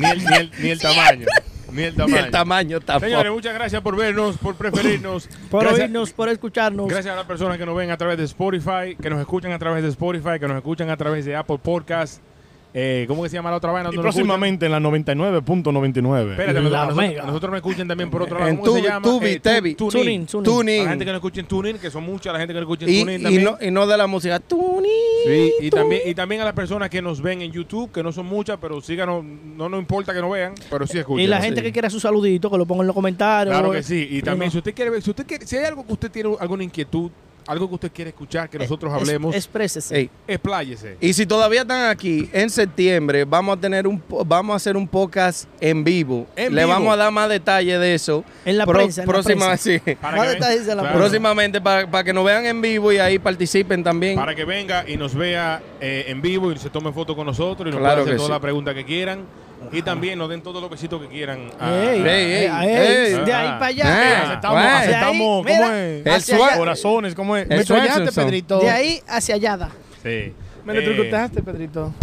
Ni el, ni el- ni el tamaño. Ni el
Ni
tamaño.
el tamaño tampoco.
Señores, muchas gracias por vernos, por preferirnos.
Por
Gracias-
oírnos, por escucharnos.
Gracias a las personas que nos ven a través de Spotify, que nos escuchan a través de Spotify, que nos escuchan a través de Apple Podcast. Eh, ¿Cómo que se llama la otra vaina?
Y
donde nos escuchan?
próximamente en la 99.99.
Espérate, a
La
nosotros,
Mega.
a nosotros nos escuchan también por otro lado.
En
¿Cómo que
Tubi,
se llama? Eh,
Tubi,
tu-
Tevi.
TuneIn.
Tuning,
A
Tuning.
La gente que nos escucha en Tuning, que son muchas, la gente que nos escucha en
Y,
Tuning
y
también.
no, y no de la música. Tuning.
Sí, y
tuning.
también, y también a las personas que nos ven en YouTube, que no son muchas, pero síganos, no nos importa que nos vean, pero sí escuchen.
Y la gente que quiera su saludito, que lo ponga en los comentarios.
Claro que sí. Y
Pero
también,
no.
si usted quiere ver, si usted quiere, si hay algo que usted tiene alguna inquietud, algo que usted quiere escuchar, que nosotros
Es-
hablemos,
exprésese.
Ey,
expláyese.
Eh, Y si todavía están aquí, en septiembre vamos a tener un po- vamos a hacer un podcast en vivo.
En
Le
vivo.
vamos a dar más detalles de eso.
En la
Pro-
prensa, en la
próxima-
prensa.
sí.
Para
¿Dónde
que
está
ven-
dice la
Claro.
Próximamente para que nos vean en vivo y ahí participen también.
Para que venga y nos vea eh, en vivo y se tome foto con nosotros y nos
Claro
pueda hacer
que
todas
sí.
las preguntas que quieran. Y también nos den todos los besitos que quieran. a-
Ey,
a-
Ey, ey,
ey,
ey.
de ahí
Ah.
para
Ah.
allá.
Aceptamos,
Bueno.
aceptamos,
De ahí,
¿cómo
mira,
es?
El
hacia
swag.
allá.
Corazones, ¿cómo es?
El
Ah.
Me chollaste,
Swenson.
Pedrito.
De ahí hacia allá.
Sí.
Me lo
Eh,
trucaste, Pedrito.